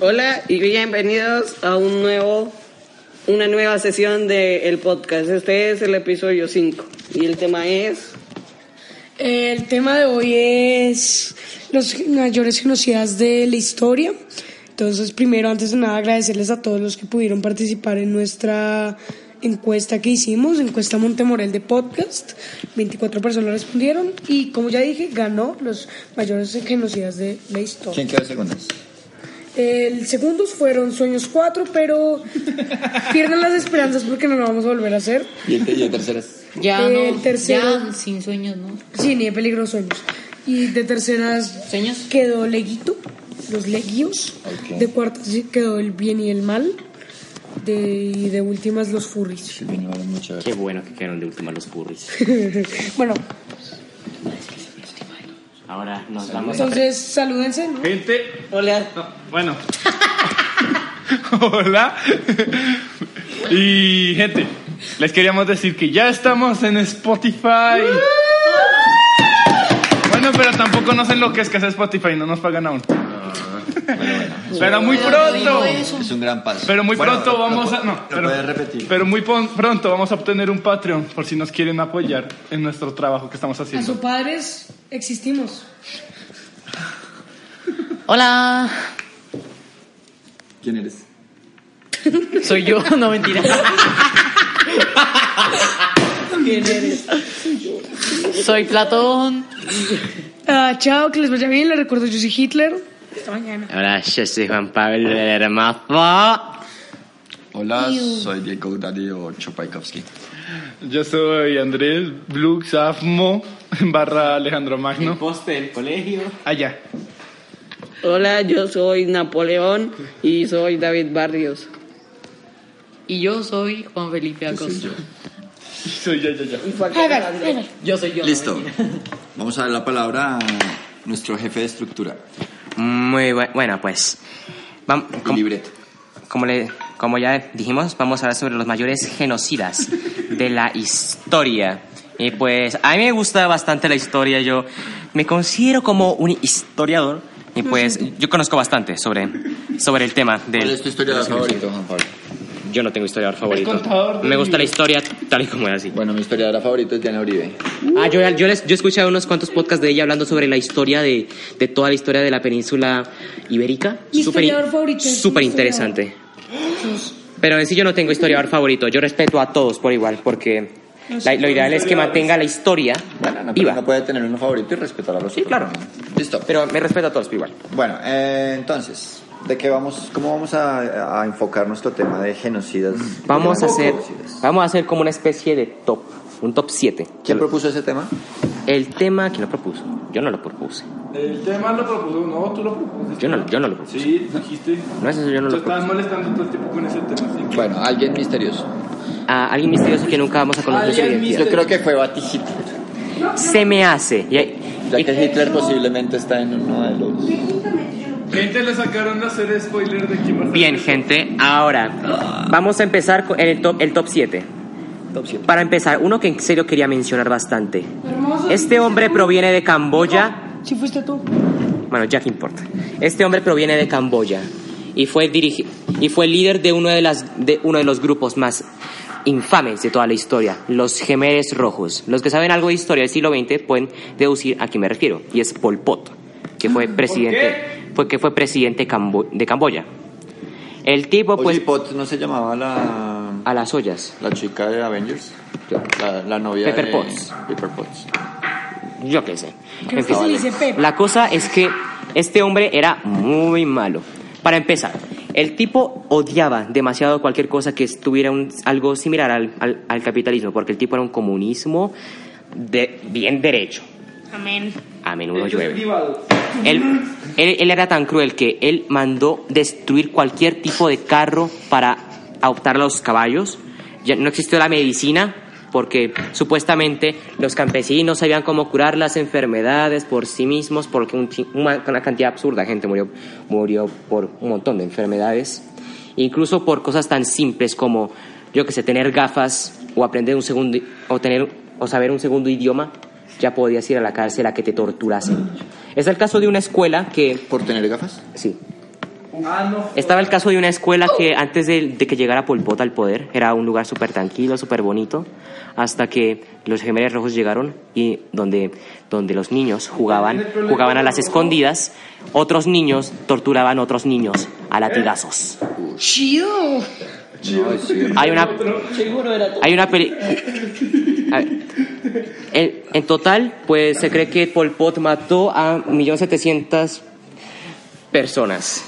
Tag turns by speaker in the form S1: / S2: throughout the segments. S1: Hola y bienvenidos a un nuevo, una nueva sesión del el podcast. Este es el episodio 5 y el tema es
S2: El tema de hoy es los mayores genocidas de la historia. Entonces, primero, antes de nada, agradecerles a todos los que pudieron participar en nuestra encuesta que hicimos, encuesta Montemorel de podcast. 24 personas respondieron y, como ya dije, ganó los mayores genocidas de la historia.
S3: ¿Quién quedó segundos?
S2: El segundo fueron Sueños 4, pero pierdan las esperanzas porque no lo vamos a volver a hacer.
S3: Y el, y el tercero es.
S4: Ya
S2: El
S4: no,
S2: tercero.
S4: ya sin sueños, ¿no?
S2: Sí, ni de peligro sueños. Y de terceras
S4: ¿Sueños?
S2: quedó Leguito, los Leguios.
S3: Ok.
S2: De cuartas sí quedó el bien y el mal. De, y de últimas los furries.
S3: Sí, bien, vale mucho.
S5: Qué bueno que quedaron de última los purris.
S2: bueno,
S5: Ahora nos vamos a...
S2: entonces salúdense. ¿no?
S6: Gente,
S1: Hola.
S6: no, bueno. Hola. y gente, les queríamos decir que ya estamos en Spotify. bueno, pero tampoco no se enloquezcas a Spotify, no nos pagan aún.
S3: Ah,
S6: pero muy pronto.
S3: Es un gran paso.
S6: Pero muy
S3: Bueno,
S6: pronto
S3: lo- lo
S6: vamos
S3: pu-
S6: a. No,
S3: lo
S6: pero,
S3: puedes repetir.
S6: pero muy pon- pronto vamos a obtener un Patreon por si nos quieren apoyar en nuestro trabajo que estamos
S2: A
S6: haciendo.
S2: sus padres existimos.
S4: Hola,
S3: ¿Quién eres?
S4: soy yo, no mentira. Soy Platón.
S2: Ah, chao, que les vaya bien. Les recuerdo, yo soy Hitler. Hasta mañana.
S5: Ahora yo soy Juan Pablo de la Hermosa.
S3: Hola, soy Diego Darío Chopaikovsky.
S6: Yo soy Andrés Blux Afmo barra Alejandro Magno.
S5: Poste del colegio.
S6: Allá.
S1: Hola, yo soy Napoleón y soy David Barrios.
S4: Y yo soy Juan Felipe Acosta.
S6: Soy yo, yo, yo.
S1: Y fue aclarando.
S4: Yo soy yo. no
S3: Listo.
S4: mentira.
S3: Vamos a dar la palabra a nuestro jefe de estructura
S7: Muy bu- bueno, pues. vam-
S3: y
S7: com-
S3: libreto.
S7: como, le- como ya dijimos, vamos a hablar sobre los mayores genocidas de la historia. Y pues, a mí me gusta bastante la historia. Yo me considero como un historiador. Y pues, yo conozco bastante sobre, sobre el tema
S3: ¿Cuál
S7: del.
S3: es tu historiador favorito, Juan Pablo?
S5: Yo no tengo historiador favorito.
S6: contador de
S5: Me gusta la historia tal y como es así.
S3: Bueno, mi historiadora favorita es Diana Uribe.
S7: Ah, yo, yo, les- yo he escuchado unos cuantos podcasts de ella hablando sobre la historia de, de toda la historia de la península ibérica.
S2: Mi
S7: Súper in-
S2: historiador favorito es
S7: Súper
S2: mi historiador.
S7: interesante. Pero en sí yo no tengo historiador favorito. Yo respeto a todos por igual porque la- lo ideal es que mantenga la historia
S3: Bueno, no, pero
S7: viva.
S3: uno puede tener uno favorito y respetar a los
S7: Sí,
S3: otros,
S7: claro.
S3: ¿no? Listo.
S7: Pero me respeto a todos por igual.
S3: Bueno, eh, entonces, ¿de qué vamos? ¿Cómo vamos a, a enfocar nuestro tema de genocidas?
S7: Vamos a
S3: Genocidas.
S7: hacer, vamos a hacer como una especie de top, un top 7.
S3: ¿Quién propuso ese tema?
S7: El tema, ¿quién lo propuso? Yo no lo propuse.
S6: El tema lo propuso, no, tú lo propusiste.
S7: Yo no, yo no lo propuse.
S6: Sí, dijiste.
S7: No, eso yo no lo
S6: Tú estabas
S7: propuse.
S6: molestando todo el tiempo con ese tema. así que-
S3: Bueno, alguien misterioso.
S7: A Ah, alguien misterioso que nunca vamos a conocer su
S6: Alguien
S7: identidad.
S3: Yo creo que fue Bati Hitler,
S7: Se me hace. Y-
S3: ya que Hitler posiblemente está en uno de los...
S6: Gente, le sacaron a hacer spoiler de quién va a ser.
S7: Bien, gente, ahora vamos a empezar con el top, el top 7.
S3: Top 7.
S7: Para empezar, uno que en serio quería mencionar bastante. Este hombre proviene de Camboya.
S2: Si fuiste tú.
S7: Bueno, ya que importa. Este hombre proviene de Camboya y fue dirige- y fue líder de uno de las de uno de los grupos más infames de toda la historia, los Gemeres Rojos. Los que saben algo de historia del siglo XX pueden deducir a quién me refiero y es Pol Pot, que
S2: Ah,
S7: fue presidente, fue que fue presidente Cambo- de Camboya. El tipo
S3: Oye,
S7: pues
S3: ¿y Pot no se llamaba la,
S7: a las ollas.
S3: la chica de Avengers? La, la novia
S7: Pepper
S3: de...
S7: Potts.
S3: Pepper Potts.
S7: Yo qué sé.
S2: Creo
S7: En
S2: que
S7: fin.
S2: se dice Pepe.
S7: La cosa es que este hombre era muy malo. Para empezar, el tipo odiaba demasiado cualquier cosa que estuviera un- algo similar al, al- al capitalismo, porque el tipo era un comunismo de bien derecho. A menudo llueve. Él, él- él era tan cruel que él mandó destruir cualquier tipo de carro para adoptar a los caballos. Ya no existió la medicina porque supuestamente los campesinos sabían cómo curar las enfermedades por sí mismos, porque un chi- una, una cantidad absurda de gente murió, murió por un montón de enfermedades. Incluso por cosas tan simples como, yo que sé, tener gafas o aprender un segundo, i- o, tener, o saber un segundo idioma ya podías ir a la cárcel a que te torturasen. Es el caso de una escuela que
S3: ¿Por tener gafas?
S7: Sí. Estaba el caso de una escuela que antes de, de que llegara Pol Pot al poder era un lugar súper tranquilo, súper bonito, hasta que los gemelos rojos llegaron y donde, donde los niños jugaban, jugaban a las escondidas, otros niños torturaban a otros niños a latigazos.
S2: ¡Chido!
S3: No, sí.
S7: Hay una, hay una peli... A ver. En, en total, pues se cree que Pol Pot mató a 1.700.000 personas.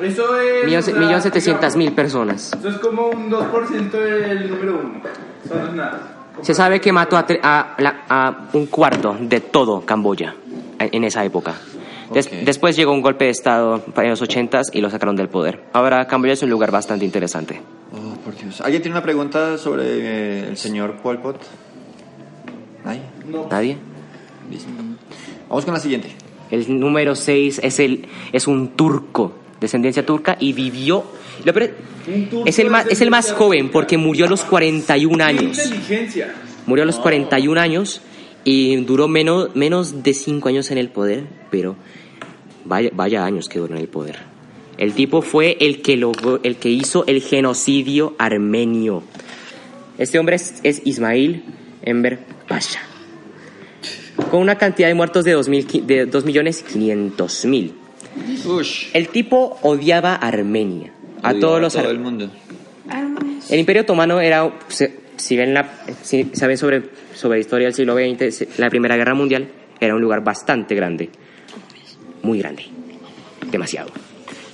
S6: Eso es. o sea,
S7: 1.700.000 personas.
S6: Eso es como un 2% del número 1. Eso no es nada.
S7: Se sabe que mató a, tre- a la- a un cuarto de todo Camboya en en esa época. Des-
S3: Ok.
S7: Después llegó un golpe de Estado en los 80s y lo sacaron del poder. Ahora Camboya es un lugar bastante interesante.
S3: Oh, por Dios. ¿Alguien tiene una pregunta sobre eh, el señor Pol Pot? Nadie.
S7: ¿Nadie?
S3: Listo. Vamos con la siguiente.
S7: El número 6 es, el, es un turco, descendencia turca, y vivió... lo peor es- es, el más, es el más joven porque murió a los 41 años.
S6: Inteligencia.
S7: Murió
S3: Oh.
S7: a los 41 años y duró menos, menos de 5 años en el poder, pero vaya, vaya años que duró en el poder. El tipo fue el que, logró- el que hizo el genocidio armenio. Este hombre es, es Ismail Enver Pasha. Con una cantidad de muertos de 2.000 de 2.500.000.
S3: Ush.
S7: El tipo odiaba a Armenia. A
S3: Odio
S7: todos los
S3: todo
S7: ar-
S3: el mundo.
S7: el Imperio Otomano era, se- si ven la, si saben sobre, sobre historia del siglo XX, se- la Primera Guerra Mundial era un lugar bastante grande, muy grande, demasiado.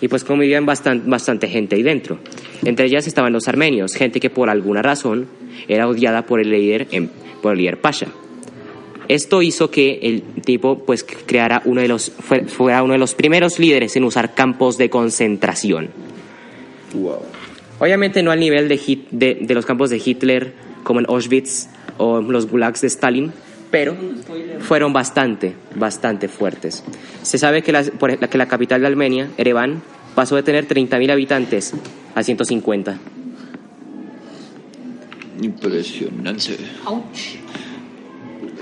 S7: Y pues convivían bastan- bastante gente ahí dentro. Entre ellas estaban los armenios, gente que por alguna razón era odiada por el líder, em- por el líder Pasha. Esto hizo que el tipo pues creara uno de los, fue- fuera uno de los primeros líderes en usar campos de concentración. Obviamente no al nivel de, Hit- de, de los campos de Hitler, como en Auschwitz o los gulags de Stalin, pero fueron bastante, bastante fuertes. Se sabe que, las- por ejemplo, que la capital de Armenia, Ereván, pasó de tener 30.000 habitantes a 150.
S3: Impresionante.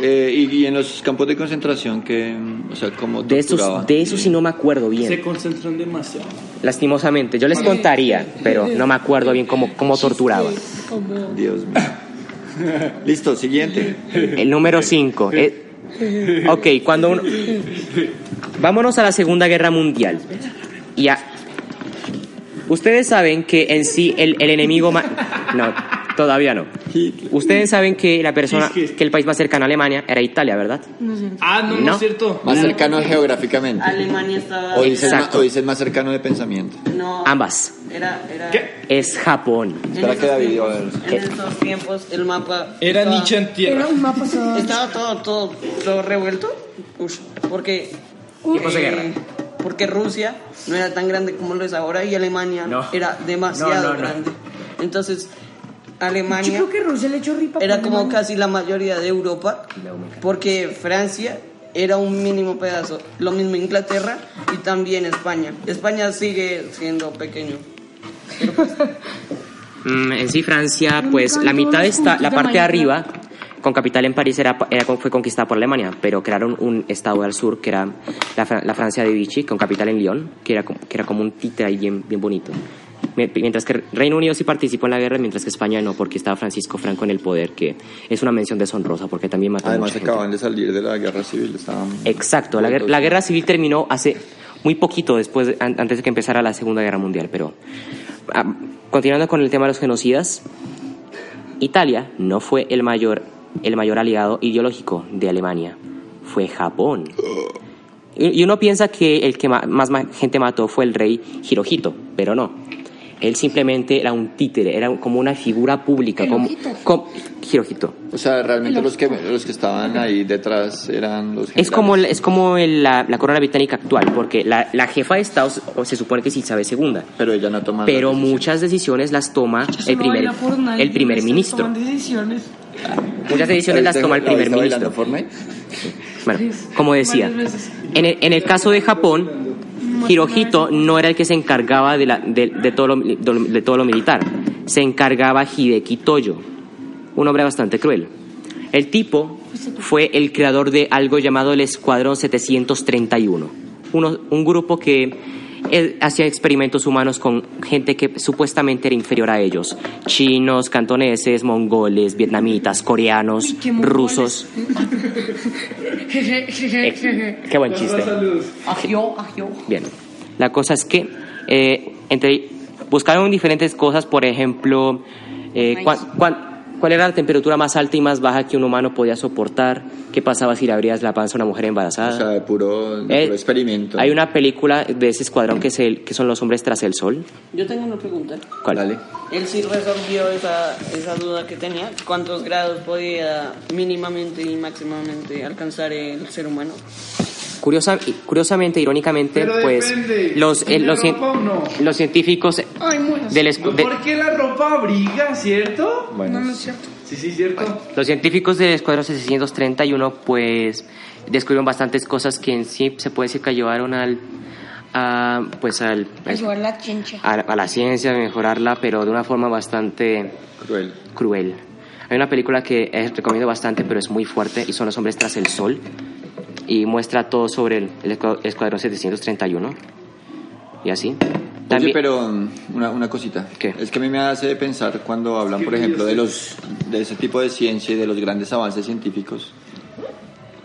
S3: Eh, y, y en los campos de concentración que, o sea, como
S7: De esos, de eso sí no me acuerdo
S6: Se
S7: bien,
S6: concentran demasiado.
S7: lastimosamente. Yo les contaría, pero no me acuerdo bien cómo, cómo torturaban.
S3: Dios mío. Listo, siguiente.
S7: El número 5. ok, cuando uno... Vámonos a la Segunda Guerra Mundial. Y a- Ustedes saben que en sí el, el enemigo más... No, todavía no. Ustedes saben que la persona, que el país más cercano a Alemania era Italia, ¿verdad?
S6: Ah, no, no,
S7: No.
S6: es cierto.
S3: Más cercano geográficamente.
S1: Alemania estaba.
S3: O dices, más,
S7: Exacto.
S3: o dices más cercano de pensamiento.
S1: No.
S7: Ambas.
S1: Era, era.
S6: ¿Qué?
S7: Es Japón.
S1: en
S3: Espera
S1: esos
S3: que David,
S1: tiempos-
S3: a ver.
S1: En esos tiempos el mapa.
S6: Era
S1: estaba-
S6: Nietzsche en tierra.
S2: Era un mapa estaba-
S1: Estaba todo, todo, todo revuelto. Ush, porque. eh,
S7: Tiempos de guerra.
S1: Porque Rusia no era tan grande como lo es ahora y Alemania
S7: No.
S1: era demasiado
S7: No, no, no.
S1: grande. Entonces,
S2: Yo
S1: Alemania
S2: creo que Rusia le echó ripa.
S1: era
S2: por
S1: como
S2: Alemania.
S1: casi la mayoría de Europa, porque Francia era un mínimo pedazo, lo mismo Inglaterra y también España. España sigue siendo pequeño.
S7: Mm, en sí, Francia,
S2: Me
S7: pues la
S2: encantan
S7: mitad
S2: los
S7: está, la
S2: puntos de
S7: parte de
S2: amarillo.
S7: arriba, con capital en París, era, era- fue conquistada por Alemania, pero crearon un estado al sur que era la, Fra- la Francia de Vichy, con capital en Lyon, que era como, que era como un títere ahí bien, bien bonito. Mi- Mientras que Reino Unido sí participó en la guerra, mientras que España no, porque estaba Francisco Franco en el poder, que es una mención deshonrosa, porque también mató a
S3: Además,
S7: mucha gente.
S3: acaban de salir de la guerra civil. Estaban
S7: Exacto, la, guer- la guerra civil terminó hace muy poquito después, de- an- antes de que empezara la Segunda Guerra Mundial, pero ah, continuando con el tema de los genocidas, Italia no fue el mayor, el mayor aliado ideológico de Alemania, fue Japón. Y y uno piensa que el que ma- más ma- gente mató fue el rey Hirohito, pero no. Él simplemente era un títere, era como una figura pública. Como, como- Hirohito.
S3: O sea, realmente los que, los que estaban ahí detrás eran los
S7: Es
S3: generales.
S7: como, el- es como el- la, la corona británica actual, porque la, la jefa de Estado se- o se supone que es Isabel segunda
S3: Pero ella no toma
S7: pero muchas decisiones las toma el
S2: No
S7: primer,
S2: baila por nadie,
S7: el primer
S2: están
S7: ministro.
S2: tomando decisiones.
S7: Muchas decisiones las toma el primer ministro. Bueno, como decía,
S2: Varias veces.
S7: en el, en el caso de Japón, Hirohito no era el que se encargaba de, la- de- de todo, lo, mili- de lo- de todo lo militar. Se encargaba Hideki Toyo, un hombre bastante cruel. El tipo fue el creador de algo llamado el Escuadrón 731, uno- un grupo que eh, hacía experimentos humanos con gente que supuestamente era inferior a ellos, chinos, cantoneses, mongoles, vietnamitas, coreanos,
S2: qué mongoles.
S7: rusos. Eh, qué buen chiste.
S4: Ajió, ajió.
S7: Bien, la cosa es que eh, entre, buscaron diferentes cosas, por ejemplo, eh,
S4: Maíz.
S7: cuán- cuán- cuál era la temperatura más alta y más baja que un humano podía soportar, qué pasaba si le abrías la panza a una mujer
S3: O
S7: embarazada.
S3: sea, de puro, de
S7: Ah. Eh,
S3: puro experimento.
S7: Hay una película de ese escuadrón que, es el- que son los hombres tras el sol.
S1: Yo tengo una pregunta.
S7: ¿Cuál?
S3: Dale.
S1: Él sí resolvió esa, esa duda que tenía. ¿Cuántos grados podía mínimamente y máximamente alcanzar el ser humano?
S7: Curiosa- y- curiosamente, irónicamente,
S6: Pero
S7: pues
S6: depende,
S7: los, eh,
S6: ¿tiene
S7: los, cien-
S6: ropa o no?
S7: los científicos del escu- de-
S6: ¿Por qué la ropa abriga, cierto?
S3: Bueno,
S6: Sí, sí, cierto.
S7: Los científicos del Escuadrón 631 pues descubrieron bastantes cosas que en sí se puede decir que ayudaron al a, pues al
S8: Ayudar la chincha.
S7: a, a la ciencia a mejorarla, pero de una forma bastante
S3: cruel.
S7: cruel. Hay una película que eh, recomiendo bastante, pero es muy fuerte y son Los hombres tras el sol y muestra todo sobre el, el escua- Escuadrón 731 y así.
S3: Oye,
S7: También-
S3: pero mm, una, una cosita.
S7: ¿Qué?
S3: Es que a mí me hace pensar cuando hablan,
S6: que
S3: por
S6: yo
S3: ejemplo, de
S6: sé.
S3: los de ese tipo de ciencia y de los grandes avances científicos.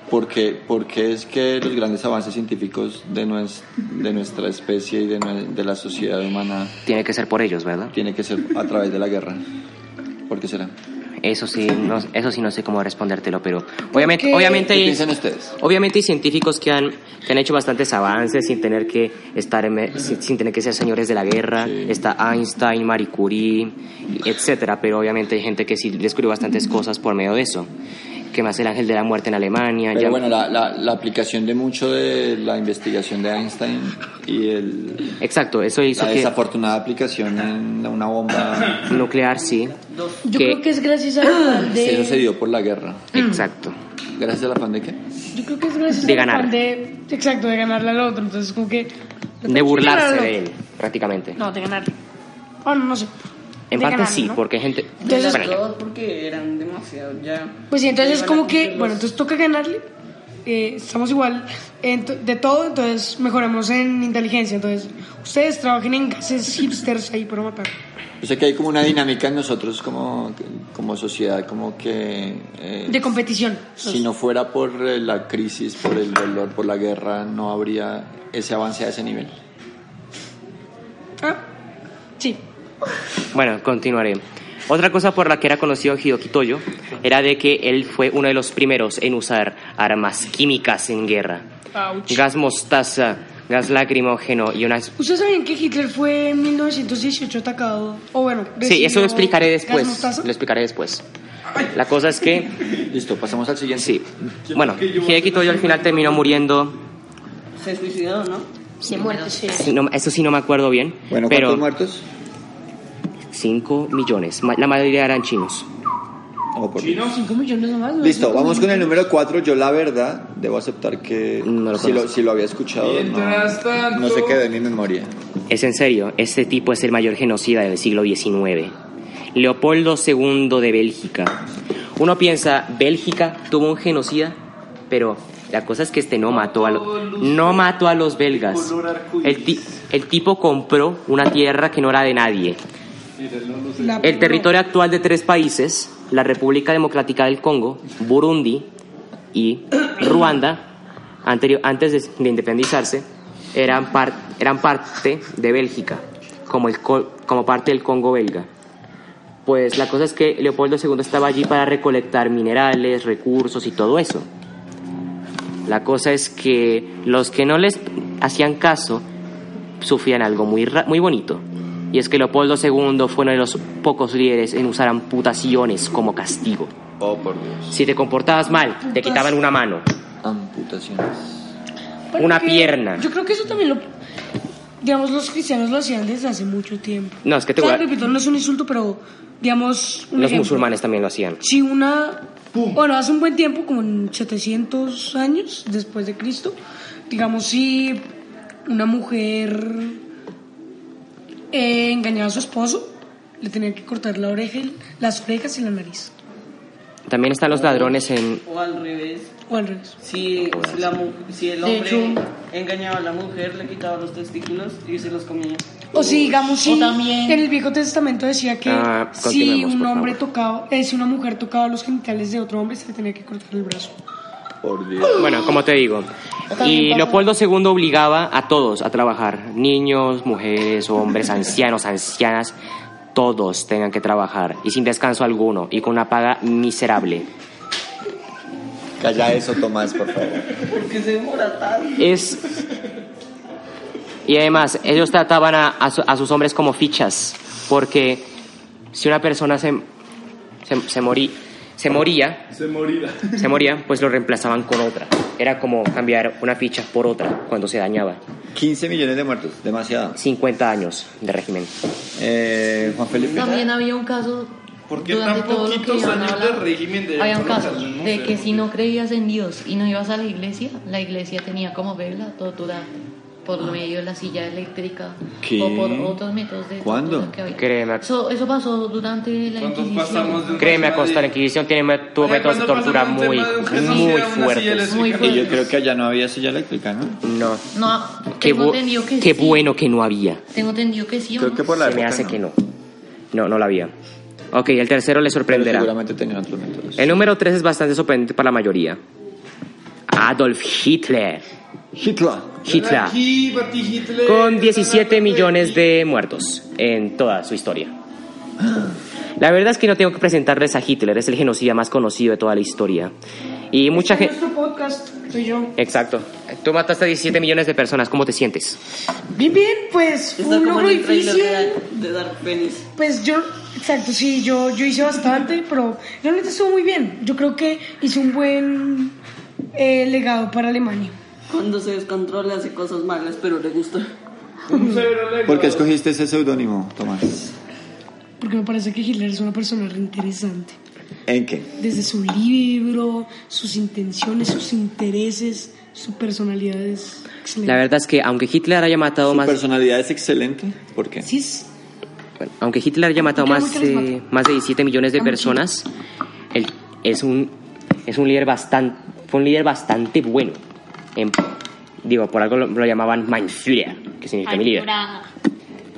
S3: Porque, porque es que los grandes avances científicos de, nues- de nuestra especie y de, nue- de la sociedad humana
S7: tiene que ser por ellos, ¿verdad?
S3: tiene que ser a través de la guerra. ¿Por qué será?
S7: Eso sí, no, eso sí no sé cómo respondértelo, pero obviamente,
S2: qué?
S7: obviamente,
S3: ¿Qué
S7: hay-
S3: piensan ustedes?
S7: obviamente hay científicos que han, que han hecho bastantes avances sin tener que estar en me- sin, sin tener que ser señores de la guerra. Está Einstein, Marie Curie, etcétera. Pero obviamente hay gente que sí descubrió bastantes cosas por medio de eso. Que más el ángel de la muerte en Alemania.
S3: Pero
S7: ya-
S3: bueno, la, la- la aplicación de mucho de la investigación de Einstein y el,
S7: Exacto, eso hizo
S3: la
S7: que
S3: desafortunada aplicación en una bomba
S7: nuclear sí.
S8: Yo
S7: que-
S8: creo que es gracias al
S2: Ah,
S8: fan
S3: Eso se
S8: de.
S3: dio por la guerra.
S7: Exacto.
S3: Gracias al afán de qué?
S2: Yo creo que es gracias
S7: De
S2: al
S7: ganar.
S2: afán de- exacto, de ganarle al otro. Entonces, como que.
S7: De burlarse de él, prácticamente.
S8: No, de ganar.
S2: Bueno, Ah, no sé.
S7: en
S8: de
S7: parte
S8: ganar,
S7: sí,
S8: ¿no?
S7: porque hay gente.
S1: De las
S7: Bueno,
S1: dos, porque eran demasiado ya.
S2: Pues sí, entonces
S1: Iban a
S2: como que,
S1: cumplir
S2: bueno,
S1: los-
S2: entonces toca ganarle. eh, estamos igual en to- de todo, entonces mejoramos en inteligencia. Entonces, ustedes trabajen en gases hipsters ahí para matar.
S3: Yo sé que hay como una dinámica en nosotros como, como sociedad, como que... eh,
S2: De competición.
S3: si no fuera por eh, la crisis, por el dolor, por la guerra, no habría ese avance a ese nivel.
S2: Ah, sí.
S7: Bueno, continuaré. Otra cosa por la que era conocido Hiroki Toyo era de que él fue uno de los primeros en usar armas químicas en guerra. Gas mostaza, gas lacrimógeno y unas...
S2: ¿Ustedes sabían que Hitler fue en 1918 atacado? O bueno,
S7: Sí, eso
S2: recibió
S7: lo explicaré
S2: gas
S7: después.
S2: mostaza?
S7: Lo explicaré después. La cosa es que,
S3: Listo, pasamos al siguiente.
S7: sí. Bueno, Hiroki Toyo al final terminó muriendo.
S1: Se suicidó, ¿no?
S8: Se muerde, sí.
S7: Sí, no- eso sí no me acuerdo bien.
S3: Bueno, ¿cuántos
S7: pero
S3: muertos?
S7: 5 millones. Ma- La mayoría eran chinos.
S3: Oh, por Dios.
S8: 5 millones nomás. ¿no?
S3: Listo, vamos con el número 4. Yo la verdad debo aceptar que
S7: No lo
S3: si, lo,
S7: conozco.
S3: si lo había escuchado no,
S6: Mientras tanto-
S3: no se quedó en mi memoria.
S7: Es en serio, este tipo es el mayor genocida del siglo XIX. Leopoldo II de Bélgica. Uno piensa, Bélgica tuvo un genocida, pero la cosa es que este no mató a, lo- no mató a los belgas. El, ti- el tipo compró una tierra que no era de nadie.
S2: La-
S7: El territorio actual de tres países, la República Democrática del Congo, Burundi y Ruanda, anterior- antes de, de independizarse, eran, par- eran parte de Bélgica, como, el co- como parte del Congo belga. Pues la cosa es que Leopoldo II estaba allí para recolectar minerales, recursos y todo eso. La cosa es que los que no les hacían caso sufrían algo muy, ra- muy bonito. Y es que Leopoldo II fue uno de los pocos líderes en usar amputaciones como castigo.
S3: Oh, por Dios.
S7: Si te comportabas mal, te quitaban una mano,
S3: Amputaciones.
S2: Bueno,
S7: una
S2: que-
S7: pierna.
S2: Yo creo que eso también lo. Digamos, los cristianos lo hacían desde hace mucho tiempo.
S7: No, es que te
S2: O sea,
S7: voy a-
S2: repito, no es un insulto, pero digamos. un
S7: Los
S2: ejemplo.
S7: musulmanes también lo hacían.
S2: Si una. Bueno, hace un buen tiempo, como en 700 años después de Cristo, digamos, si una mujer eh, engañaba a su esposo, le tenían que cortar la oreja, y- las orejas y la nariz.
S7: También están los ladrones en...
S1: O al revés.
S2: O al revés.
S1: Si, si, la mu- si el
S8: De
S1: hombre
S8: hecho-
S1: engañaba a la mujer, le quitaba los testículos y se los comía.
S2: O si digamos, si
S8: también-
S2: en el Viejo Testamento decía que
S7: Ah,
S2: si
S7: continuemos,
S2: un
S7: por
S2: hombre
S7: favor.
S2: tocaba, eh, si una mujer tocaba los genitales de otro hombre, se le tenía que cortar el brazo.
S3: Por Dios.
S7: Bueno, como te digo. Y Leopoldo II obligaba a todos a trabajar. Niños, mujeres, hombres, ancianos, ancianas. Todos tengan que trabajar. Y sin descanso alguno. Y con una paga miserable.
S3: Calla eso, Tomás, por favor.
S1: Porque se demora tanto.
S7: Es... Y además, ellos trataban a, a su- a sus hombres como fichas, porque si una persona se, se, se morí- se moría,
S6: Se morirá.
S7: se moría, pues lo reemplazaban con otra. Era como cambiar una ficha por otra cuando se dañaba.
S3: 15 millones de muertos, demasiado.
S7: 50 años de régimen.
S3: Eh, Juan Felipe.
S4: También había un caso.
S6: ¿Por qué
S4: durante
S6: tan
S4: todo lo que
S6: poquitos
S4: iban a
S6: años
S4: hablar,
S6: de régimen de
S4: Había un
S6: Carlos
S4: caso
S6: Carlos? No
S4: de
S6: sé,
S4: que
S6: no
S4: si no creías en Dios y no ibas a la iglesia, la iglesia tenía como verla torturada por
S6: Ah.
S4: medio de la silla eléctrica
S3: ¿Qué?
S4: o por otros métodos de
S3: ¿Cuándo?
S4: tortura que había.
S7: Créeme,
S4: Eso, eso pasó durante la
S6: ¿Cuántos
S4: Inquisición.
S6: pasamos de un
S7: créeme,
S6: tema
S7: Costa, la
S6: de-
S7: Inquisición tiene tuvo
S6: Oye,
S7: métodos de
S6: ¿cuándo
S7: tortura
S6: pasamos un
S7: muy,
S6: tema de un
S7: muy
S6: genocida a una silla
S7: fuertes.
S4: Muy
S6: eléctrica?
S3: Y yo creo que allá no había silla eléctrica, ¿no?
S7: No,
S4: No,
S7: qué,
S4: tengo
S7: bu-
S4: entendido que
S7: qué
S4: sí.
S7: bueno que no había.
S4: Tengo entendido que sí. ¿o
S3: Creo
S4: no?
S3: que por la
S7: Se me
S3: época
S7: hace que no. No, no la había. Ok, el tercero le
S3: Pero
S7: sorprenderá.
S3: seguramente tenían otros métodos.
S7: El número 3 es bastante sorprendente para la mayoría. Adolf Hitler.
S3: Hitler.
S7: Hitler.
S6: Aquí, Bati Hitler,
S7: Con 17
S6: están
S7: millones
S6: hablando
S7: de muertos en toda su historia. La verdad es que no tengo que presentarles a Hitler, es el genocida más conocido de toda la historia. Y mucha Eh.
S2: Este es
S7: gente...
S2: Nuestro podcast, soy yo.
S7: Exacto. Tú mataste a 17 millones de personas, ¿cómo te sientes?
S2: Bien, bien, pues fue
S1: Está
S2: un
S1: como
S2: logro
S1: en el trailer
S2: difícil.
S1: de, de Dark Penis.
S2: Pues yo, exacto, sí, yo, yo hice bastante, pero realmente estuvo muy bien. Yo creo que hice un buen eh, legado para Alemania.
S1: Cuando se descontrola hace cosas malas, pero le gusta.
S3: ¿Por qué escogiste ese seudónimo, Tomás?
S2: Porque me parece que Hitler es una persona re interesante.
S3: ¿En qué?
S2: Desde su libro, sus intenciones, sus intereses, su personalidad es excelente.
S7: La verdad es que aunque Hitler haya matado
S3: Su
S7: más...
S3: personalidad es excelente. ¿Por qué?
S2: Sí, es-
S7: Bueno, aunque Hitler haya matado
S2: Era muy
S7: más, de,
S2: carismático.
S7: más de 17 millones de
S2: Era muy
S7: personas, él es un, es un líder bastante, fue un líder bastante bueno. En- digo, por algo lo, lo llamaban Mein Führer, que significa mi líder.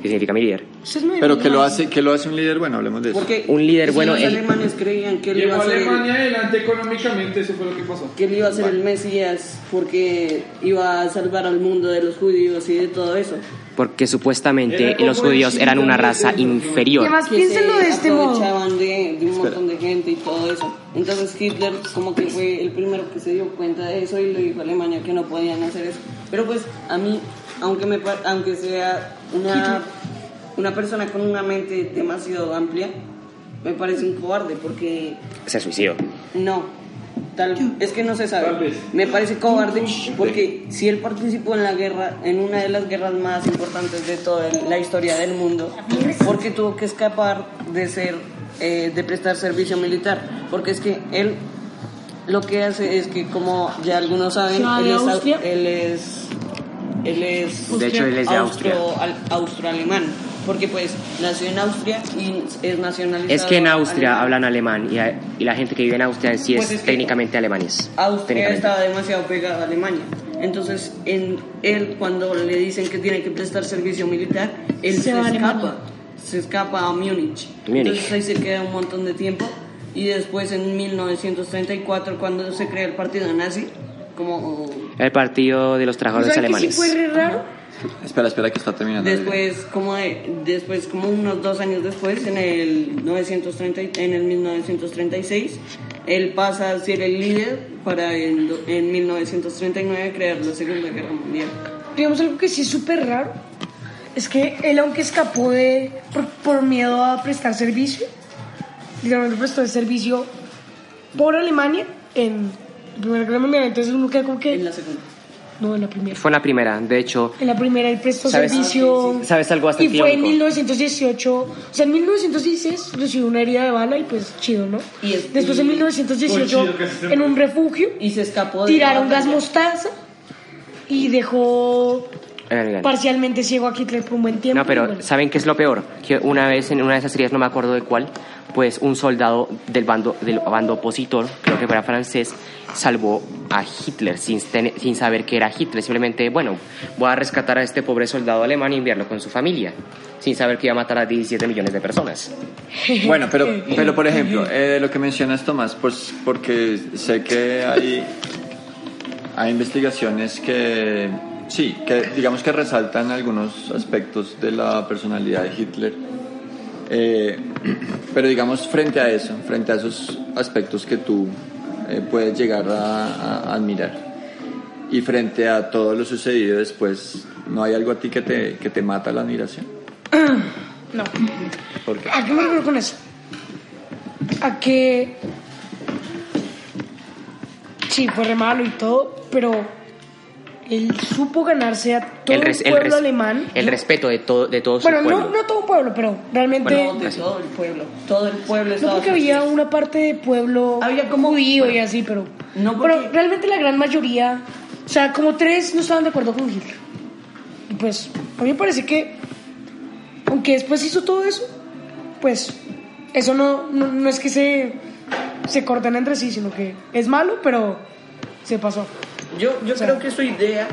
S7: Que significa mi líder.
S2: usted es muy
S3: Pero que
S2: bien.
S3: lo hace, que lo hace un líder bueno, hablemos de eso.
S1: Porque
S7: Un líder
S1: si
S7: bueno,
S1: Los
S7: él-
S1: alemanes creían que él
S6: Llegó
S1: iba
S6: a
S1: a ser.
S6: Alemania adelante económicamente, eso fue lo que pasó.
S1: que él iba a ser el Mesías porque iba a salvar al mundo de los judíos y de todo eso.
S7: Porque supuestamente
S6: Era como
S7: los
S6: el
S7: judíos
S6: Hitler
S7: eran una
S6: de-
S7: raza
S6: de-
S7: inferior.
S2: Y además,
S1: Que
S2: piénsenlo
S1: se
S2: de este modo.
S1: aprovechaban de, de un montón de gente y todo eso. Entonces Hitler como que fue el primero que se dio cuenta de eso y le dijo a Alemania que no podían hacer eso. Pero pues a mí, aunque, me, pa- aunque sea una, una persona con una mente demasiado amplia, me parece un cobarde porque
S7: Se suicidó.
S1: No. Tal, es que no se sabe. Me parece cobarde porque si él participó en la guerra, en una de las guerras más importantes de toda el- la historia del mundo, porque tuvo que escapar de ser, eh, de prestar servicio militar, porque es que él lo que hace es que como ya algunos saben,
S2: ¿Sabe
S1: él es, au-
S2: Austria?
S1: él es, él es
S7: De hecho, él es de Austria.
S1: austro- al- austro-alemán, porque pues nació en Austria y es nacionalizado.
S7: Es que en Austria
S1: alemán.
S7: hablan alemán y, a- y la gente que vive en Austria en sí
S1: Pues
S7: es,
S1: es que-
S7: técnicamente alemanes.
S1: Austria
S7: Técnicamente.
S1: estaba demasiado pegada a Alemania. Entonces, en él, cuando le dicen que tiene que prestar servicio militar, él se,
S2: Se va a
S1: escapa.
S2: Alemania.
S1: Se escapa a Múnich.
S7: Múnich.
S1: Entonces ahí se queda un montón de tiempo. Y después, en 1934, cuando se crea el partido nazi, como.
S7: El partido de los trabajadores
S2: ¿Saben que sí
S7: alemanes.
S2: fue re raro?
S3: Espera, espera, que está terminando.
S1: Después, como de- después, como unos dos años después, en el 930, y- en el 1936, él pasa a ser el líder para en, do- en 1939 crear la Segunda Guerra Mundial.
S2: digamos algo que sí es súper raro, es que él aunque escapó de, por, por miedo a prestar servicio, literalmente prestó el servicio por Alemania en la Primera Guerra Mundial, entonces uno queda como que...
S1: En la Segunda.
S2: No, en la primera.
S7: Fue en la primera, de hecho,
S2: En la primera él prestó
S7: ¿Sabes?
S2: servicio...
S7: sí. ¿Sabes algo bastante
S2: Y fue en
S7: irónico?
S2: 1918, o sea, en 1916 recibió una herida de bala y pues chido, ¿no?
S1: Y es-
S2: Después en
S1: y-
S2: 1918,
S6: Por chido que se
S2: en un refugio,
S1: Y se escapó de.
S2: tiraron
S1: la
S2: gas
S1: batalla.
S2: mostaza y dejó
S7: en Alemania.
S2: parcialmente ciego a Hitler por un buen tiempo.
S7: No, pero
S2: Bueno.
S7: ¿saben qué es lo peor? Que una vez en una de esas series, no me acuerdo de cuál, pues un soldado del bando, del bando opositor, creo que era francés, salvó a Hitler sin, ten- sin saber que era Hitler. Simplemente, bueno, voy a rescatar a este pobre soldado alemán y enviarlo con su familia, sin saber que iba a matar a 17 millones de personas.
S3: Bueno, pero, pero por ejemplo, eh, lo que mencionas, Tomás, pues porque sé que hay, hay investigaciones que, sí, que digamos que resaltan algunos aspectos de la personalidad de Hitler. Eh, pero digamos, frente a eso, frente a esos aspectos que tú eh, puedes llegar a, a admirar y frente a todo lo sucedido después, ¿no hay algo a ti que te, que te mata la admiración?
S2: No.
S3: ¿Por qué?
S2: ¿A qué me refiero con eso? A que. Sí, fue re malo y todo, pero él supo ganarse a todo el,
S7: res-
S2: pueblo
S7: res-
S2: alemán.
S7: el respeto de todo de todo
S2: bueno,
S7: su pueblo.
S2: no, no todo un pueblo, pero realmente.
S7: Bueno,
S1: de todo el pueblo. Todo el pueblo
S2: no
S1: estaba
S2: porque había
S1: fascista.
S2: una parte de pueblo
S1: Había como-
S2: judío y
S1: bueno,
S2: así, pero.
S1: no
S2: Pero
S1: porque-
S2: realmente la gran mayoría. O sea, como tres no estaban de acuerdo con Hitler. Y pues, a mí me parece que. Aunque después hizo todo eso, pues. Eso no, no, no es que se. Se corten entre sí, sino que es malo, pero. Se pasó.
S1: Yo, yo
S2: sea-
S1: creo que su idea,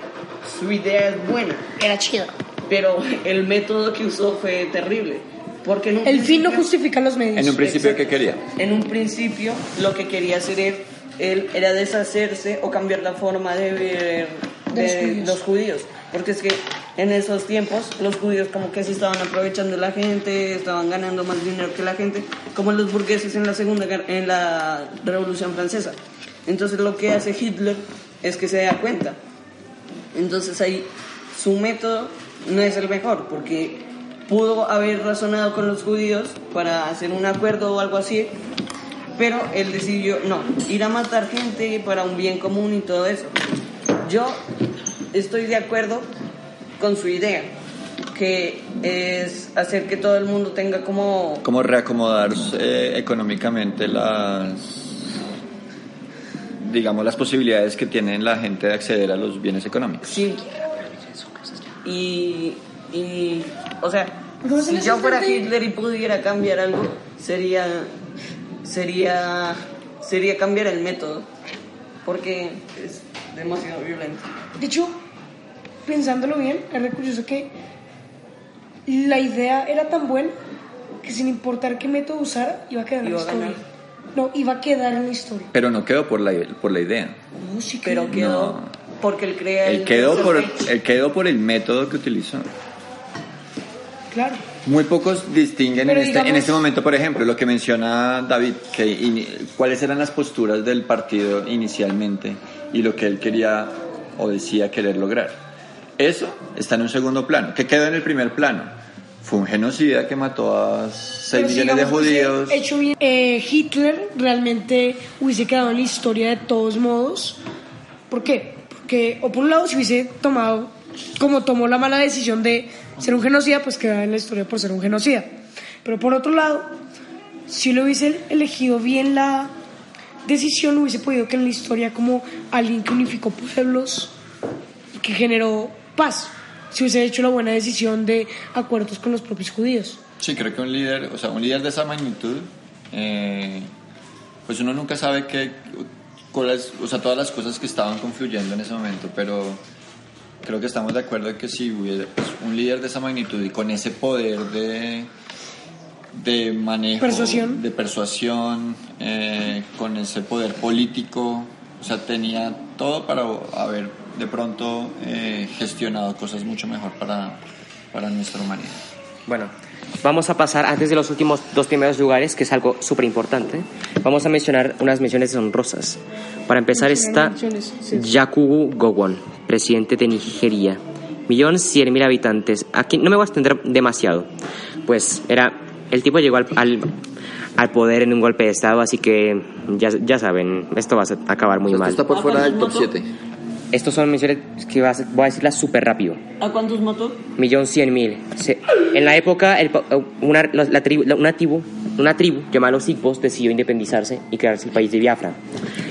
S1: su idea es buena,
S8: Era chido.
S1: pero el método que usó fue terrible. Porque en un
S2: El fin no
S1: principio-
S2: justifica los medios.
S3: En un principio, ¿qué quería?
S1: En un principio, lo que quería hacer él, él era deshacerse o cambiar la forma de ver
S2: De los
S1: de
S2: judíos.
S1: los judíos. Porque es que en esos tiempos, los judíos como que se estaban aprovechando de la gente, estaban ganando más dinero que la gente, como los burgueses en la segunda guer- en la Revolución Francesa. Entonces, lo que hace Hitler es que se da cuenta. Entonces ahí su método no es el mejor, porque pudo haber razonado con los judíos para hacer un acuerdo o algo así, pero él decidió no, ir a matar gente para un bien común y todo eso. Yo estoy de acuerdo con su idea, que es hacer que todo el mundo tenga como...
S3: ¿Cómo reacomodar eh, económicamente las, digamos, las posibilidades que tiene la gente de acceder a los bienes económicos?
S1: Sí. Y, y o sea,
S2: ¿Cómo se
S1: si
S2: les
S1: yo
S2: hace
S1: fuera
S2: sentir?
S1: Hitler y pudiera cambiar algo, sería sería sería cambiar el método, porque es demasiado violento.
S2: De hecho, pensándolo bien, es re curioso que la idea era tan buena que sin importar qué método usara, iba a quedar en
S1: Iba
S2: la
S1: a
S2: historia.
S1: ganar.
S2: No, iba a quedar en la historia.
S3: Pero no quedó por la, por la idea.
S1: Pero quedó
S3: No.
S1: porque él crea
S3: Él
S1: el-
S3: quedó, por, él quedó por el método que utilizó.
S2: Claro.
S3: Muy pocos distinguen en
S2: Pero
S3: este, en
S2: digamos-
S3: este momento, por ejemplo, lo que menciona David, que ini- cuáles eran las posturas del partido inicialmente y lo que él quería o decía querer lograr. Eso está en un segundo plano. ¿Qué quedó en el primer plano? Fue un genocida que mató a 6
S2: Pero si
S3: millones de
S2: digamos hubiese
S3: judíos.
S2: hecho bien, eh, Hitler realmente hubiese quedado en la historia de todos modos. ¿Por qué? Porque, o por un lado, si hubiese tomado, como tomó la mala decisión de ser un genocida, pues quedaba en la historia por ser un genocida. Pero por otro lado, si lo hubiese elegido bien la decisión, hubiese podido que en la historia como alguien que unificó pueblos y que generó paz. Si hubiese hecho la buena decisión de acuerdos con los propios judíos.
S3: Sí, creo que un líder, o sea, un líder de esa magnitud, eh, pues uno nunca sabe qué, cuáles- o sea, todas las cosas que estaban confluyendo en ese momento, pero creo que estamos de acuerdo en que si hubiera pues, un líder de esa magnitud y con ese poder de, de manejo,
S2: Persuasión.
S3: de persuasión, eh, con ese poder político, o sea, tenía todo para haber de pronto eh, gestionado cosas mucho mejor para, para nuestra humanidad.
S7: Bueno, vamos a pasar antes de los últimos dos primeros lugares, que es algo súper importante. Vamos a mencionar unas menciones honrosas. Para empezar está
S2: menciones, sí.
S7: Yakubu Gowon, presidente de Nigeria. Millón cien mil habitantes. Aquí no me voy a extender demasiado. Pues era. El tipo llegó al, al, al poder en un golpe de estado, así que ya, ya saben, esto va a ser- acabar muy mal.
S1: por fuera del top siete.
S7: Estos son menciones que vas- voy a decirlas súper rápido
S1: ¿A cuántos mató?
S7: millón cien mil. Se- en la época, el pa- eh, una, los- la tribu, la- una tribu, una tribu llamada los Igbos decidió independizarse y crearse el país de Biafra.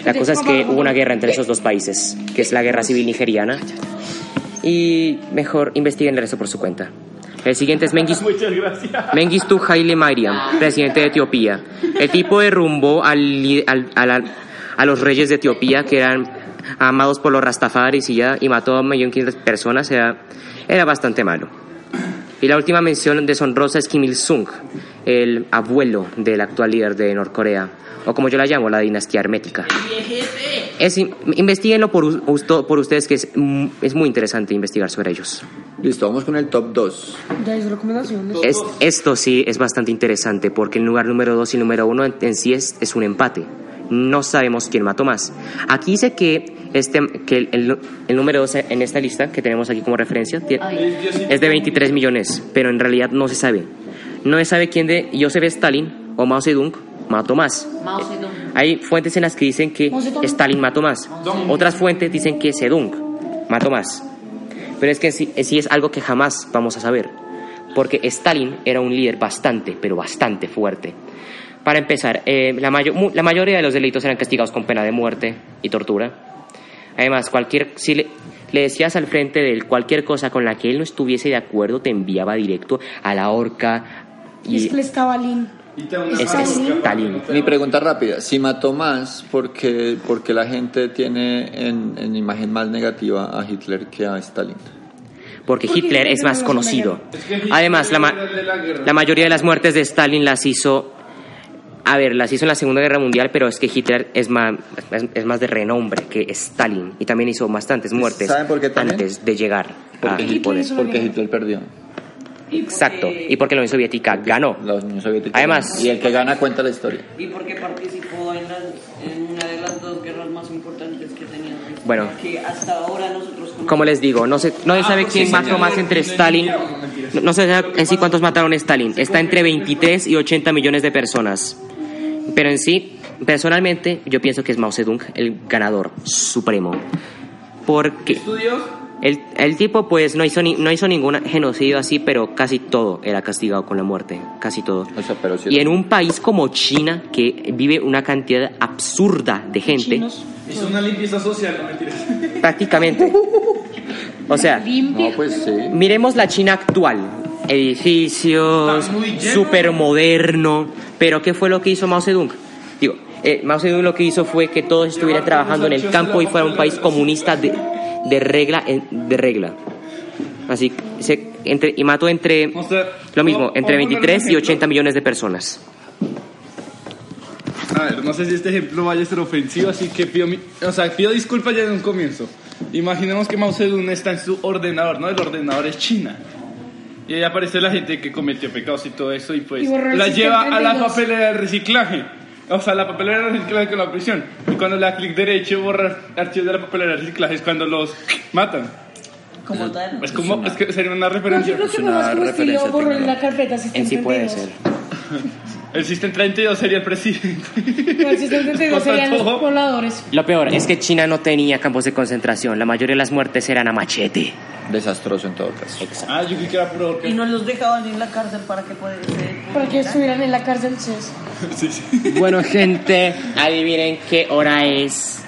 S7: La cosa es que hubo una guerra entre esos dos países, que es la guerra civil nigeriana. Y mejor investiguen el resto por su cuenta. El siguiente es Mengistu.
S6: Muchas gracias.
S7: Mengistu Haile Mariam, presidente de Etiopía. El tipo derrumbó al li- al- a, la- a los reyes de Etiopía que eran amados por los rastafaris y ya, y mató a 1.500.000 personas, era, era bastante malo. Y la última mención deshonrosa es Kim Il-sung, el abuelo del actual líder de Norcorea, o como yo la llamo, la dinastía hermética. Es, in- investiguenlo por, us- usto- por ustedes, que es, mm, es muy interesante investigar sobre ellos.
S3: Listo, vamos con el top 2.
S2: Dais recomendaciones.
S7: Es- esto sí es bastante interesante porque el lugar número 2 y número 1 en, en sí es, es un empate. No sabemos quién mató más. Aquí dice que, este, que el, el- el número 2 en esta lista que tenemos aquí como referencia tie- es de 23 millones, pero en realidad no se sabe. No se sabe quién de Joseph Stalin o Mao Zedong mató más.
S4: Mao Zedong.
S7: Hay fuentes en las que dicen que Stalin mató más. Otras fuentes dicen que Sedung mató más. Pero es que sí, eh, sí es algo que jamás vamos a saber. Porque Stalin era un líder bastante, pero bastante fuerte. Para empezar, eh, la, mayo- mu- la mayoría de los delitos eran castigados con pena de muerte y tortura. Además, cualquier, si le, le decías al frente de él cualquier cosa con la que él no estuviese de acuerdo, te enviaba directo a la horca.
S2: Y es
S7: Y
S2: que les estaba lindo.
S7: es Stalin.
S3: Mi pregunta rápida, si mató más, ¿por qué, por qué la gente tiene en, en imagen más negativa a Hitler que a Stalin?
S7: Ah. porque
S2: Porque
S7: Hitler
S2: Hitler
S7: es más
S2: no lo hizo en la
S7: conocido.
S6: guerra. Es que Hitler
S7: Además, la, ma-
S6: era el de la guerra.
S7: la mayoría de las muertes de Stalin las hizo, a ver, las hizo en la Segunda Guerra Mundial, pero es que Hitler es más, es, es más de renombre que Stalin y también hizo bastantes muertes
S3: ¿Saben por qué también?
S7: antes de llegar
S3: Porque,
S7: al
S3: Hitler,
S7: poder.
S3: porque Hitler perdió.
S7: Exacto, y porque la Unión Soviética ganó.
S3: La Unión Soviética.
S7: Además-
S3: y el que gana cuenta la historia.
S1: ¿Y por qué participó en, las- en una de las dos guerras más importantes que tenía? la historia,
S7: Bueno.
S1: Que hasta ahora nosotros conocemos?
S7: Como les digo, no se, no se sabe quién mató más entre Stalin. No, no se sabe en sí cuántos mataron a Stalin. Está entre 23 y 80 millones de personas. Pero en sí, personalmente, yo pienso que es Mao Zedong el ganador supremo. Porque el, el tipo pues no hizo, ni- no hizo ningún genocidio así, pero casi todo era castigado con la muerte. Casi todo.
S3: O sea, pero si
S7: Y en un país como China, que vive una cantidad absurda de gente,
S6: Hizo una limpieza social, no mentiras.
S7: prácticamente. O sea,
S3: No, pues sí.
S7: Miremos la China actual. Edificios,
S6: Está muy lleno.
S7: súper moderno. Pero ¿qué fue lo que hizo Mao Zedong? Digo, eh, Mao Zedong lo que hizo fue que todos estuvieran trabajando en el campo y fuera un país comunista de, de regla en- de regla. Así se, entre, y mató entre
S6: O sea,
S7: lo mismo, entre
S6: pongo un
S7: 23 y
S6: ejemplo.
S7: 80 millones de personas.
S6: A ver, no sé si este ejemplo vaya a ser ofensivo, así que pido, mi- o sea, pido disculpas ya en un comienzo. Imaginemos que Mao Zedong está en su ordenador, ¿no? El ordenador es China. Y ahí aparece la gente que cometió pecados y todo eso y pues
S2: Y borró el
S6: la lleva a la
S2: 72.
S6: papelera de reciclaje. O sea, la papelera de reciclaje con la prisión. Y cuando le da clic derecho, borra archivos de la papelera de reciclaje es cuando los matan.
S1: Como tal.
S6: Es como, es que sería una referencia.
S2: Yo creo que
S3: una
S2: más como estilo
S3: referencia
S2: borró en
S3: tecnológica.
S2: la carpeta si
S7: En sí puede ser.
S6: El System 32 sería el presidente.
S2: No, el sistema 32 serían los
S6: Contra todo.
S2: pobladores.
S7: Lo peor es que China no tenía campos de concentración. La mayoría de las muertes eran a machete.
S3: Desastroso en todo caso.
S6: Ah, yo creí que era pro.
S1: Y no los dejaban en la cárcel para que puedan ser.
S2: Para que estuvieran en la cárcel, César.
S6: Sí, sí.
S7: Bueno, gente, adivinen qué hora es.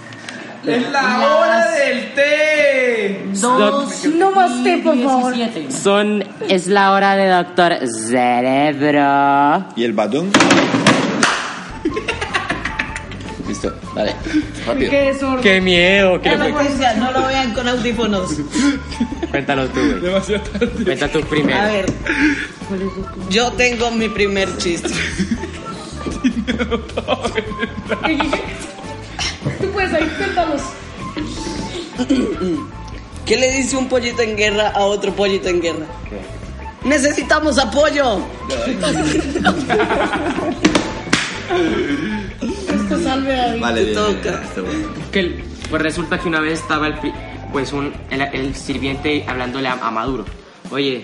S6: Es la hora del té.
S4: Dos.
S2: No más té, por favor.
S4: 17.
S7: Son, es la hora de Doctor Cerebro.
S3: ¿Y el Badum? Listo, dale. Rápido.
S2: Qué desorden.
S7: ¡Qué miedo! ¿Qué le
S1: No lo vean con audífonos.
S7: fue? Cuéntalo tú, güey.
S6: Demasiado tarde.
S7: Cuenta tú
S1: A
S7: primero.
S1: ver. Yo tengo mi primer chiste.
S2: Tú puedes ahí, cuéntanos.
S1: ¿Qué le dice un pollito en guerra a otro pollito en guerra? ¡Necesitamos apoyo!
S2: Esto Pues salve a David.
S3: Vale,
S1: Te
S3: bien, bien,
S1: toca.
S3: bien, bien.
S7: Que el- pues resulta que una vez estaba el, pri- pues un, el, el sirviente hablándole a, a Maduro. Oye,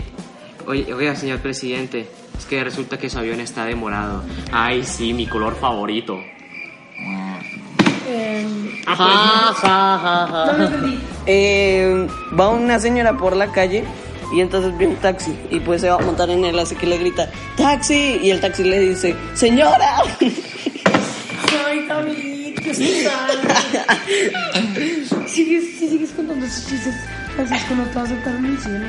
S7: oye, oiga, señor presidente, es que resulta que su avión está demorado. Ay, sí, mi color favorito.
S2: Eh,
S7: Ja, ja, ja, ja.
S2: no lo entendí.
S1: Eh, va una señora por la calle y entonces ve un taxi y pues se va a montar en él, así que le grita, ¡Taxi! Y el taxi le dice, ¡Señora!
S2: Ay, David, qué suave. sigues, si sigues contando esos chistes, Francisco, no te vas a sentar en el cielo.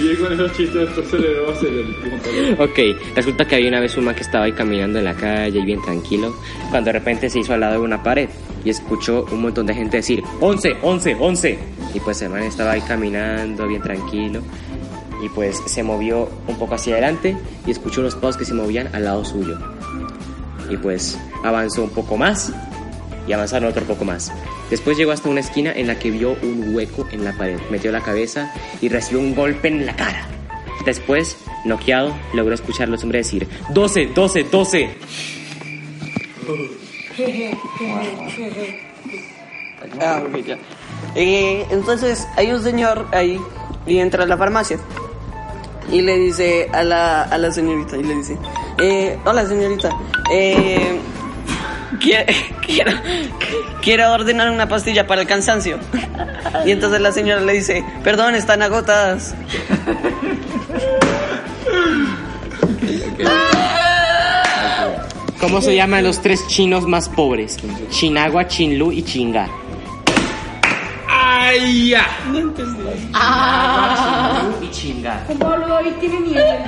S6: Llegué con esos chistes, esto se le va a hacer el último palo.
S7: Ok, resulta que había una vez un man que estaba ahí caminando en la calle y bien tranquilo, cuando de repente se hizo al lado de una pared y escuchó un montón de gente decir, 11, 11, 11. Y pues el man estaba ahí caminando bien tranquilo y pues se movió un poco hacia adelante y escuchó unos pasos que se movían al lado suyo. Y pues avanzó un poco más y avanzaron otro poco más. Después llegó hasta una esquina en la que vio un hueco en la pared, metió la cabeza y recibió un golpe en la cara. Después, noqueado, logró escuchar a los hombres decir 12, 12, 12.
S1: Ah, ok, ya. Eh, entonces hay un señor ahí y entra a la farmacia y le dice a la, a la señorita, y le dice, eh, hola señorita, eh, quie- quiero, quiero ordenar una pastilla para el cansancio. Y entonces la señora le dice, perdón, están agotadas.
S7: ¿Cómo se llaman los tres chinos más pobres? Chinagua, Chinlu y Chinga.
S6: ¡Ay, ya!
S7: y Chinga.
S2: Pablo, ahí tiene nieve.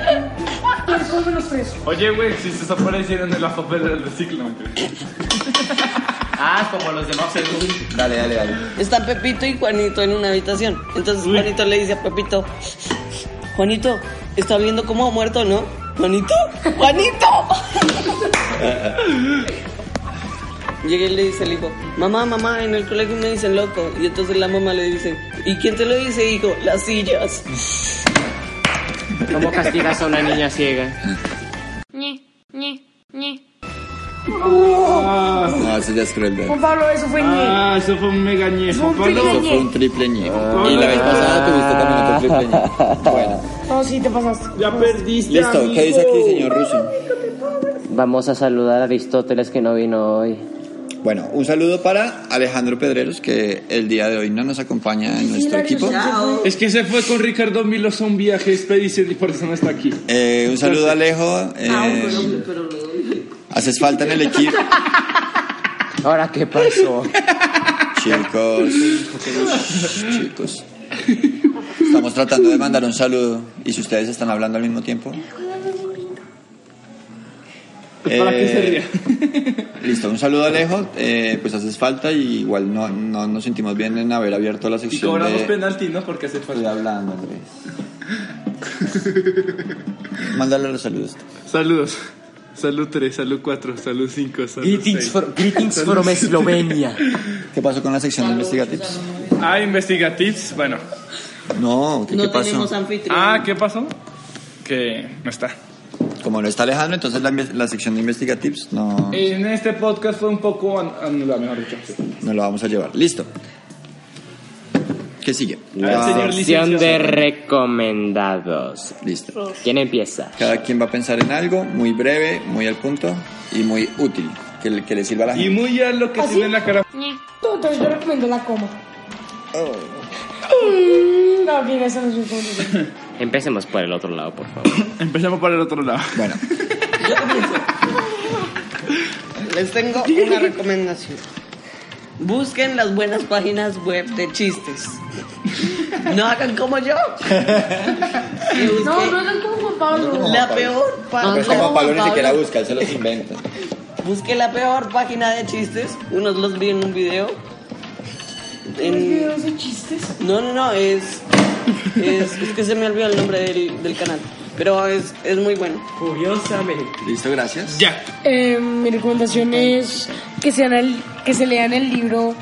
S2: Pues, ¿Quién come los tres?
S6: Oye, güey, si se desaparecieron de la papel del reciclo, ¿me entiendes?
S7: Ah, como los demás Moxie.
S3: Dale, dale, dale.
S1: Está Pepito y Juanito en una habitación. Entonces Juanito le dice a Pepito, Juanito, está oliendo como muerto, ¿no? Juanito, Juanito. Llega y le dice el hijo, mamá, mamá, en el colegio me dicen loco. Y entonces la mamá le dice, ¿y quién te lo dice, hijo? Las sillas.
S7: ¿Cómo castigas a una niña ciega?
S8: Ñe, Ñe, Ñe.
S3: No, eso ya es crueldad.
S2: Juan Pablo, eso fue nieve.
S6: Ah, eso fue un mega ñejo,
S2: Fue un
S6: Pablo.
S3: Eso fue un triple ñe. Y la vez pasada tuviste también otro triple ñe. Bueno,
S2: No, sí, te pasaste.
S6: Ya perdiste.
S3: listo. ¿Qué dice aquí, señor Russo?
S7: Vamos a saludar a Aristóteles que no vino hoy.
S3: Bueno, un saludo para Alejandro Pedreros, que el día de hoy no nos acompaña en nuestro equipo.
S6: Es que se fue con Ricardo Milos a un viaje expedición y por eso no está aquí.
S3: Eh, un saludo a Alejo. eh, haces falta en el equipo.
S7: Ahora, ¿qué pasó?
S3: Chicos, chicos. Estamos tratando de mandar un saludo y si ustedes están hablando al mismo tiempo.
S6: ¿Para qué se
S3: Eh,
S6: ría?
S3: listo, un saludo a Alejo, eh, pues haces falta y igual no, no nos sentimos bien en haber abierto la
S6: Y
S3: sección
S6: cobramos
S3: de-
S6: penalti, ¿no? Porque hace
S3: Estoy
S6: falta.
S3: hablando, Andrés. Mándale los saludos.
S6: Saludos. Salud 3, salud 4, salud 5, salud
S7: Greetings,
S6: seis.
S7: for- greetings from Eslovenia.
S3: ¿Qué pasó con la sección de investigativos?
S6: Ah, investigatives, bueno.
S3: No, ¿qué, qué
S1: No tenemos
S3: pasó?
S1: anfitrión.
S6: Ah, ¿qué pasó? Que no está.
S3: Como no está Alejandro, entonces la, inves- la sección de investigativos no,
S1: Eh.
S6: En este podcast fue un poco an- anulada, mejor dicho.
S3: no la vamos a llevar. Listo. ¿Qué sigue?
S6: Ah, señor
S7: Sección
S6: licenciado.
S7: de recomendados.
S3: Listo.
S7: ¿Quién empieza?
S3: Cada quien va a pensar en algo muy breve, muy al punto y muy útil, que le, que le sirva a la
S6: Y
S3: gente.
S6: muy a lo que
S2: ¿Ah,
S6: tiene en la cara.
S2: Tú, entonces yo recomiendo la coma.
S8: Oh.
S2: No, bien, eso no es un punto.
S7: Empecemos por el otro lado, por favor.
S6: Empezamos por el otro lado.
S3: Bueno,
S1: Les tengo una recomendación. Busquen las buenas páginas web de chistes. No hagan como yo. Y busquen
S8: No, no hagan como Juan Pablo.
S1: la peor
S3: pero
S1: página.
S3: es pues como Pablo ni siquiera busca, él se los inventa.
S1: Busqué la peor página de chistes. Unos los vi en un video. En...
S2: ¿Videos de chistes?
S1: No, no, no, es, es. es que se me olvidó el nombre del, del canal. Pero es, es muy bueno.
S7: Curiosamente.
S3: Listo, gracias.
S6: Ya.
S2: Eh, mi recomendación es que, sean el, que se lean el libro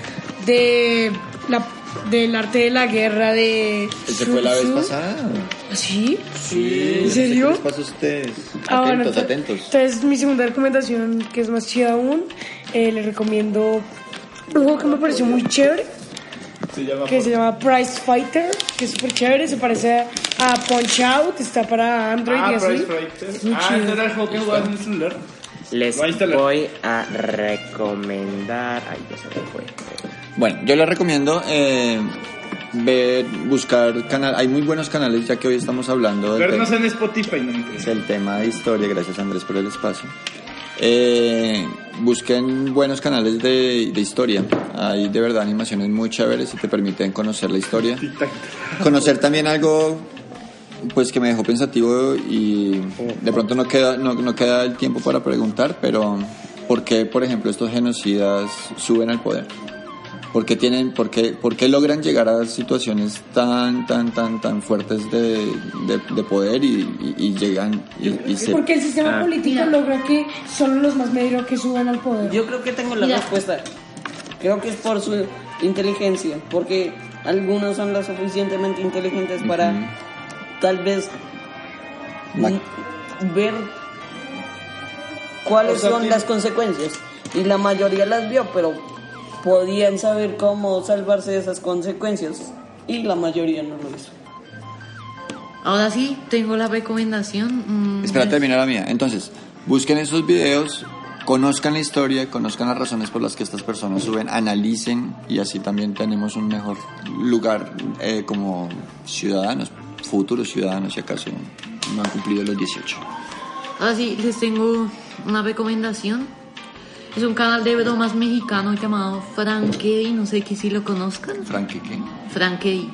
S2: de la, del arte de la guerra de...
S3: ¿Ese fue la vez
S2: Sun Tzu.
S3: pasada?
S2: ¿Ah, ¿Sí?
S3: Sí.
S2: ¿En serio?
S3: ¿Qué les pasa a ustedes?
S2: Ah, bueno,
S3: Atentos,
S2: ento-
S3: atentos.
S2: Entonces, mi segunda recomendación, que es más chida aún, eh, le recomiendo un juego que me pareció muy chévere,
S6: Se llama
S2: que se llama Price Fighter, que es súper chévere, se parece a Punch Out, está para Android
S6: Ah,
S2: y así.
S6: Price Fighters. Ah, ¿no era el juego que jugabas en el celular?
S7: Les
S6: Lo voy a instalar.
S7: voy a recomendar. Ay, ya se me fue.
S3: Bueno, yo les recomiendo eh, ver, buscar canal. Hay muy buenos canales ya que hoy estamos hablando del,
S6: Vernos
S3: tema,
S6: en Spotify, no me interesa.
S3: del tema de historia. Gracias Andrés por el espacio. Eh, busquen buenos canales de, de historia. Hay de verdad animaciones muy chéveres y te permiten conocer la historia. Conocer también algo pues que me dejó pensativo y de pronto no queda, no, no queda el tiempo para preguntar, pero ¿por qué, por ejemplo, estos genocidas suben al poder? ¿Por qué, tienen, por qué, por qué logran llegar a situaciones tan, tan, tan, tan fuertes de, de- de poder y, y- y llegan y, y se...
S2: Porque el sistema
S3: Ah.
S2: político
S4: Mira.
S2: logra que solo los más mediocres suban al poder.
S1: Yo creo que tengo la
S4: Mira.
S1: respuesta. Creo que es por su inteligencia, porque algunos son lo suficientemente inteligentes para tal vez
S3: Ma-
S1: mm, ver cuáles
S6: O sea,
S1: son
S6: sí.
S1: las consecuencias. Y la mayoría las vio, pero podían saber cómo salvarse de esas consecuencias. Y la mayoría no lo hizo.
S4: Ahora sí, tengo la recomendación. mm,
S3: Espera, termina la mía. Entonces, busquen esos videos, conozcan la historia, conozcan las razones por las que estas personas suben, analicen y así también tenemos un mejor lugar eh, como ciudadanos, futuros ciudadanos, si acaso no han cumplido los 18.
S4: Ahora sí, les tengo una recomendación. Es un canal de bromas mexicano llamado Frankie, no sé que si lo conozcan.
S3: Frankie, ¿qué?
S4: Frankie.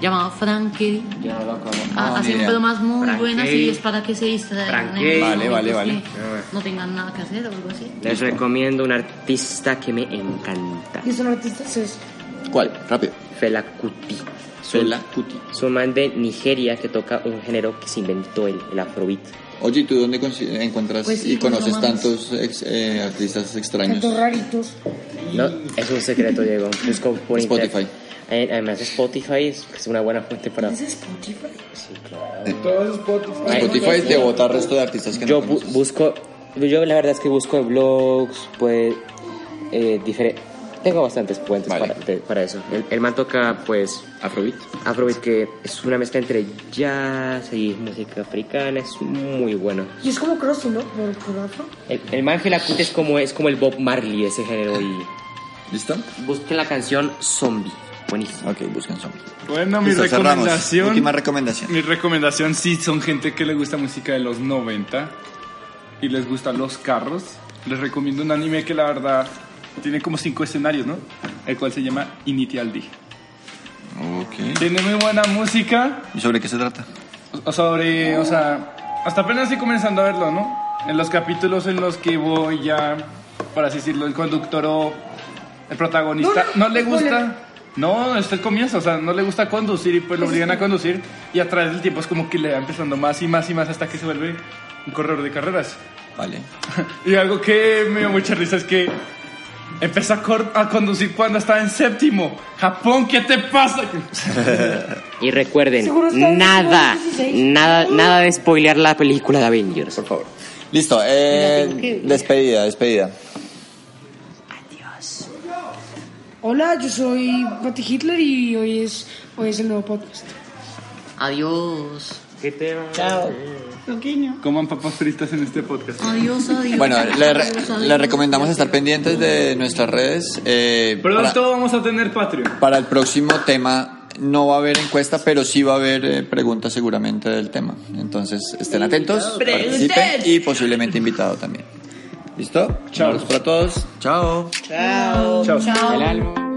S4: Llamado Frankie.
S3: Ya no lo
S4: Ah, hacen bromas muy
S5: Frankie.
S4: buenas y es para que se distraigan.
S5: Frankie.
S4: en los
S3: Vale, vale,
S4: momentos
S3: vale.
S4: que No tengan nada que hacer o algo así.
S7: Les recomiendo un artista que me encanta.
S2: Y son artistas es
S3: ¿Cuál? Rápido.
S7: Fela Kuti.
S3: Fela Kuti.
S7: Es un man de Nigeria que toca un género que se inventó él, el afrobeat.
S3: Oye, ¿y tú dónde consi- encuentras
S4: Pues sí,
S3: y conoces
S4: no mames.
S3: tantos ex- eh, artistas extraños?
S2: tantos raritos.
S7: No, es un secreto, Diego. Busco por internet.
S3: Spotify.
S7: Eh, Además, Spotify es es una buena fuente para... ¿Es Spotify? Sí, claro.
S3: Spotify te bota el resto de artistas que
S7: Yo
S3: no
S7: bu-
S3: conoces.
S7: busco, yo la verdad es que busco en blogs, pues, eh, difere- Tengo bastantes puentes
S3: Vale.
S7: para, de- para eso. El, el man toca, pues,
S3: Afrobeat.
S7: Afrobeat, que es una mezcla entre jazz y música africana, es muy bueno.
S2: Y es como crossy, ¿no? Por, por afro.
S7: El, el man Felacut es como, es como el Bob Marley, ese género, y
S3: ¿Listo?
S7: busquen la canción Zombie, buenísimo.
S3: Ok, busquen zombie.
S6: Bueno, mi
S3: Listo, cerramos.
S6: recomendación.
S3: Última recomendación.
S6: Mi recomendación sí son gente que le gusta música de los 90 y les gustan los carros. Les recomiendo un anime que la verdad tiene como cinco escenarios, ¿no? El cual se llama Initial D.
S3: Ok.
S6: Tiene muy buena música
S3: ¿Y sobre qué se trata?
S6: o- sobre, o sea, hasta apenas estoy comenzando a verlo, ¿no? En los capítulos en los que voy ya, por así decirlo, el conductor o el protagonista no, le gusta... No, esto es comienzo, o sea, no le gusta conducir y pues lo obligan a conducir y a través del tiempo es como que le va empezando más y más y más hasta que se vuelve un corredor de carreras.
S3: Vale.
S6: Y algo que me dio mucha risa es que empezó a, cor- a conducir cuando estaba en séptimo. Japón, ¿qué te pasa?
S7: Y recuerden,
S2: Seguro está en
S7: nada,
S2: 16.
S7: nada, nada de spoilear la película de Avengers.
S3: Por favor. Listo. eh, despedida, despedida.
S2: Hola, yo soy Pati Hitler y hoy es, hoy es el nuevo podcast.
S4: Adiós.
S1: Chao.
S6: Coman papas fritas en este podcast.
S4: Adiós, adiós.
S3: Bueno, le, re-
S4: Adiós,
S3: le
S4: adiós.
S3: recomendamos estar pendientes de nuestras redes. eh, para,
S6: Pronto vamos a tener Patreon.
S3: para el próximo tema no va a haber encuesta, pero sí va a haber eh, preguntas seguramente del tema. Entonces estén atentos, participen y posiblemente invitado también. ¿Listo? Chao. para todos. Chao.
S1: Chao.
S6: Chao.
S2: Ah.
S7: El álbum.